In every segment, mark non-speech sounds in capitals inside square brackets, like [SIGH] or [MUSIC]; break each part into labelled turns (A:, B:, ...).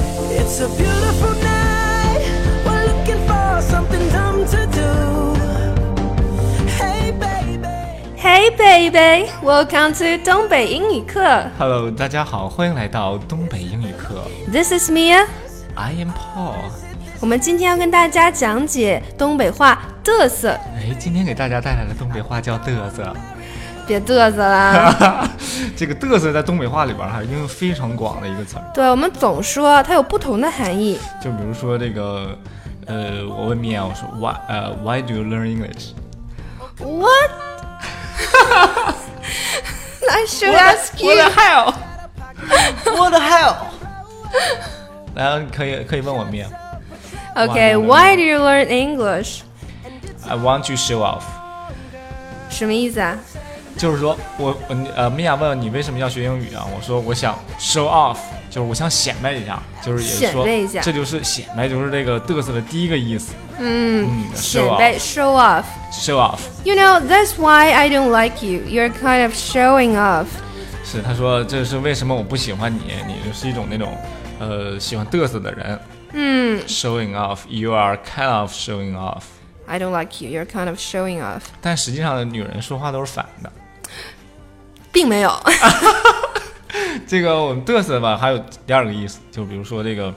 A: a beautiful night. We're looking for something dumb to do. Hey, baby.
B: Hey baby, welcome to 东北英语课。
C: Hello，大家好，欢迎来到东北英语课。
B: This is Mia。
C: I am Paul。
B: 我们今天要跟大家讲解东北话嘚瑟，
C: 哎，今天给大家带来的东北话叫嘚瑟。 [LAUGHS]
B: 别嘚瑟 [LAUGHS] 啦。
C: 这个嘚瑟在东北话里边儿还是应用非常广的一个词儿。
B: 对，我们总说它有不同的含义。
C: 就比如说这个，呃，我问米娅，我说 Why 呃 Why do you learn English？
B: What? [LAUGHS] I should ask you.
C: hell？What the [LAUGHS] hell？然后可以可以问我米娅
B: Okay, why do you learn English?
C: ，I want you show off。
B: 什么意思啊？
C: 就是说我我呃，米娅问你为什么要学英语啊？我说我想 show off，就是我想显摆一下，就是也是
B: 显
C: 说
B: 摆一下
C: 这就是显摆，就是这个嘚瑟的第一个意思。嗯
B: 显
C: ，show
B: 摆 show off.
C: off，show off，
B: You know, that's why I don't like you. You're kind of showing off.
C: 是他说这是为什么我不喜欢你，你就是一种那种呃喜欢嘚瑟的人。
B: Hmm,
C: 嗯，showing off，you are kind of showing off，
B: I don't like you. You're kind of showing off.
C: 但实际上女人说话都是反的。
B: 并没有。
C: 这个我们嘚瑟吧，还有第二个意思，就比如说这个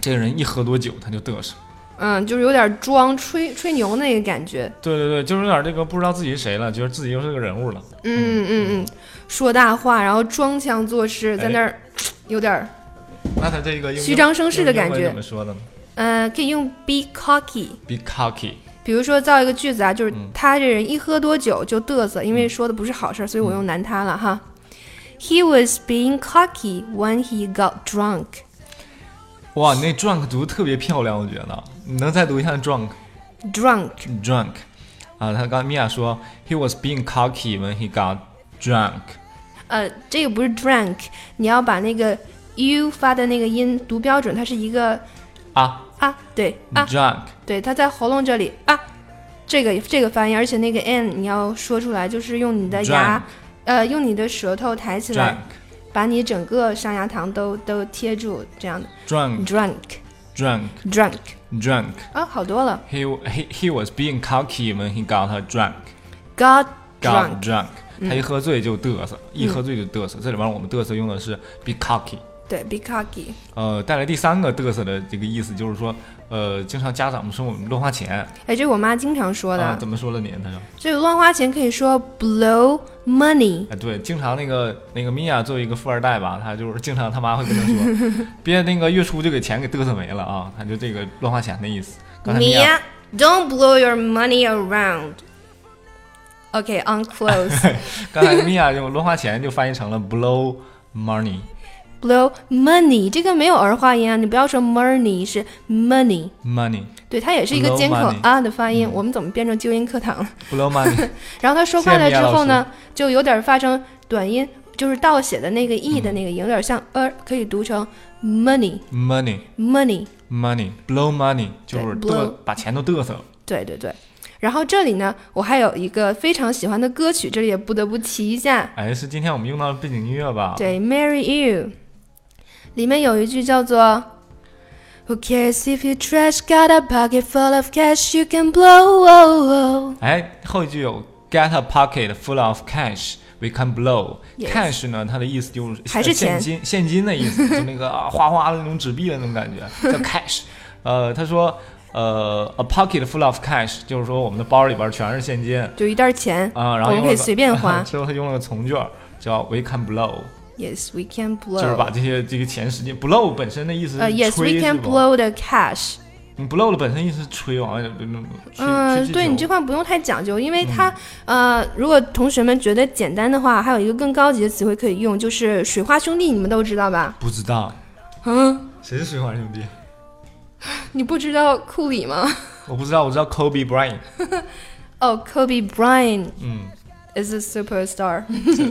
C: 这个人一喝多酒他就嘚瑟。
B: 嗯，就是有点装吹吹牛那个感觉。
C: 对对对，就是有点这个不知道自己是谁了，觉得自己又是个人物了。
B: 嗯嗯嗯，说大话，然后装腔作势，在那儿、有点儿，
C: 那他这个用
B: 虚张声势的感觉
C: 用英文怎么说的呢
B: 嗯、可以用 be cocky。
C: ？Be cocky，
B: 比如说造一个句子啊，就是他这人一喝多酒就嘚瑟，因为说的不是好事儿，所以我用难他了哈。He was being cocky when he got drunk。
C: 哇，你那 drunk 读得特别漂亮，我觉得。你能再读一下 drunk？drunk
B: Drunk，
C: drunk 啊，他刚米娅说 he was being cocky when he got drunk。
B: 呃，这个不是 drank，你要把那个 u 发的那个音读标准，它是一个
C: 啊
B: 啊，对啊，
C: ，drunk
B: 对，它在喉咙这里啊，这个这个发音，而且那个 n 你要说出来，就是用你的牙，呃，用你的舌头抬起来
C: drunk，
B: 把你整个上牙膛都都贴住，这样的
C: drunk
B: drunk
C: drunk
B: drunk
C: drunk。
B: 啊，好多了
C: He he he was being cocky when he got drunk。
B: ，got
C: got
B: drunk 嗯
C: drunk，他一喝醉就嘚瑟，一喝醉就嘚瑟。这里边我们嘚瑟用的是 be cocky。
B: 对，be cocky，
C: 呃，带来第三个嘚瑟的这个意思就是说，呃，经常家长们说我们乱花钱，
B: 哎，这我妈经常说
C: 啊，
B: 的，
C: 怎么说了你？他说，
B: 这个乱花钱可以说 blow money，
C: 哎，对，经常那个那个米娅作为一个富二代吧，她就是经常她妈会跟她
B: [LAUGHS]
C: 说，别那个月初就给钱给嘚瑟没了啊，她就这个乱花钱的意思。刚才米娅
B: Mia, don't blow your money around. Okay, on close.
C: 刚才米娅用乱花钱就翻译成了 blow money
B: blow money 这个没有儿化音啊，你不要说 money 是 money，
C: money
B: 对，它也是一个
C: Blow
B: 尖口
C: money
B: 啊的发音。我们怎么变成纠音课堂了？
C: blow money
B: 然后它说快了
C: 谢谢米娅
B: 之
C: 老师
B: 后呢，就有点发成短音，就是倒写的那
C: 嗯
B: 个 e 的那个音，有点像呃，可以读成 money
C: money
B: money。
C: money blow money 就是
B: 对
C: 嘚
B: blow
C: 把钱都嘚瑟了。
B: 对对对。然后这里呢，我还有一个非常喜欢的歌曲，这里也不得不提一下。
C: 哎，是今天我们用到的背景音乐吧？
B: 对，Marry You，里面有一句叫做 Who cares if you trash? Got a pocket full of cash you can blow. Oh, oh.
C: 哎，后一句有 get a pocket full of cash we can blow。
B: Yes
C: cash 呢，它的意思就是
B: 还是钱
C: 现金，现金的意
B: [LAUGHS]
C: 思，就那个啊哗哗的那种纸币的那种感觉，叫 cash。呃，他说，呃，a pocket full of cash 就是说我们的包里边全是现金
B: 就一袋钱
C: 啊，然
B: 我
C: 后
B: 们
C: 用
B: 可以
C: 了个。
B: 随便花
C: [LAUGHS] 之后他用了个从句儿叫 we can blow，
B: yes, we can
C: 就是把
B: blow.
C: 这些这个钱使劲 blow 本身的意思
B: 呃、
C: 是
B: y e s
C: 吹
B: we
C: 是
B: can
C: 吧？
B: blow the cash.
C: 你 blow 的本身意思是吹往外就那种吹
B: 嗯，
C: 吹
B: 对你
C: 气
B: 这
C: 球
B: 块不用太讲究，因为它、
C: 嗯
B: 呃，如果同学们觉得简单的话，还有一个更高级的词汇可以用，就是水花兄弟，你们都知道吧？
C: 不知道
B: 嗯，
C: 谁是水花兄弟。
B: 你不知道库里吗？
C: 我不知道，我知道 Kobe
B: [LAUGHS]
C: Bryant，
B: 哦、k o b e Bryant
C: 嗯，
B: is a superstar.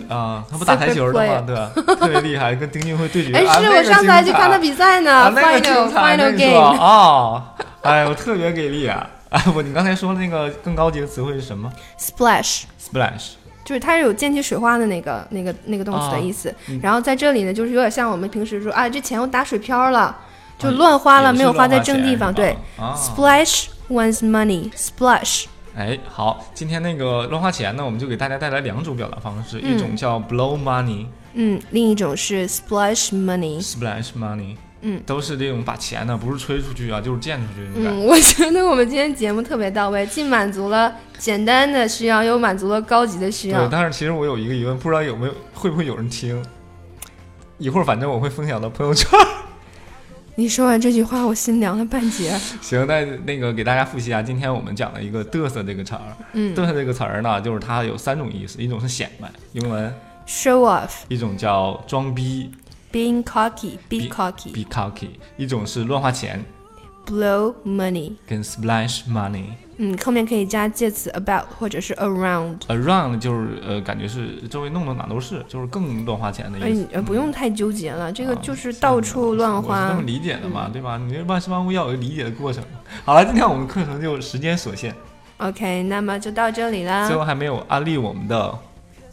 C: 啊、他不打台球的
B: Super
C: 吗？对吧，特别厉害，跟丁俊晖
B: [LAUGHS]
C: 对决。
B: 哎，
C: 啊
B: 是
C: 那
B: 我
C: 个
B: 上次还去看他比赛呢、
C: 啊
B: f
C: 那
B: i n a l
C: 个精彩，那
B: final
C: 个是吧
B: game。
C: 啊，哎，我特别给力啊！ [LAUGHS] 哎，我你刚才说的那个更高级的词汇是什么
B: Splash
C: ？Splash，
B: 就是它是有溅起水花的那个、那
C: 嗯
B: 啊个、那个动词的意思。然后在这里呢，就是有点像我们平时说啊，这钱又打水漂了，就乱花了，没有花在正
C: 正
B: 地方。对、
C: 啊，
B: s p l a s h one's money，splash，
C: 哎，好，今天那个乱花钱呢，我们就给大家带来两种表达方式，一种叫 blow money、
B: 嗯，另一种是 splash money。
C: splash money，
B: 嗯，
C: 都是这种把钱呢，不是吹出去啊，就是溅出去那种感觉。
B: 嗯，我觉得我们今天节目特别到位，既满足了简单的需要，又满足了高级的需
C: 对
B: 要，。
C: 但是其实我有一个疑问，不知道有没有会不会有人听？一会儿反正我会分享到朋友圈。
B: 你说完这句话，我心凉了半截。
C: [LAUGHS] 行，那那个给大家复习啊，今天我们讲了一个“嘚瑟”这个词儿。嗯，嘚瑟这个词儿呢，就是它有三种意思，一种是显摆，英文；
B: Show off,
C: 一种叫装逼
B: being cocky, be
C: Be-
B: cocky,
C: ，be cocky；一种是乱花钱，
B: blow money。
C: 跟 splash money。
B: 嗯，后面可以加介词 about 或者是 around。
C: around 就是呃，感觉是周围弄弄哪都是，就是更乱花钱的
B: 哎
C: 意思。，
B: 呃不用太纠结了，这个
C: 嗯啊
B: 就是到处乱
C: 我是这
B: 花
C: 么。理解的嘛，对吧？你这万事万物要有一个理解的过程。好了，今天我们课程就时间所限，
B: OK，那么就到这里啦
C: 最。后还没有安利我们的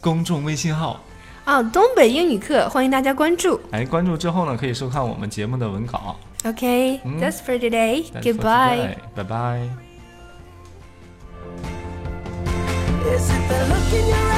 C: 公众微信号。
B: 哦，东北英语课，欢迎大家关注。
C: 哎，关注之后呢，可以收看我们节目的文稿。嗯
B: OK，that's for today.
C: That's for
B: Goodbye.
C: today，拜拜。
A: Is it the look in your